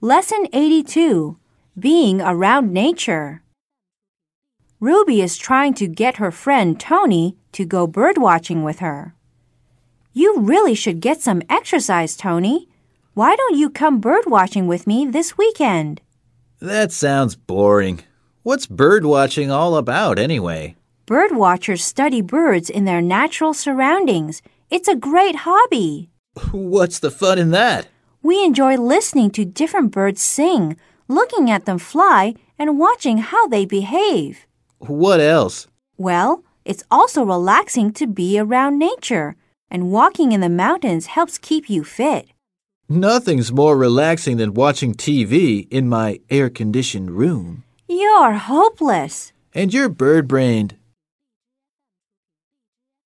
Lesson 82 Being Around Nature. Ruby is trying to get her friend Tony to go birdwatching with her. You really should get some exercise, Tony. Why don't you come birdwatching with me this weekend? That sounds boring. What's birdwatching all about, anyway? Birdwatchers study birds in their natural surroundings. It's a great hobby. What's the fun in that? We enjoy listening to different birds sing, looking at them fly, and watching how they behave. What else? Well, it's also relaxing to be around nature, and walking in the mountains helps keep you fit. Nothing's more relaxing than watching TV in my air conditioned room. You're hopeless. And you're bird brained.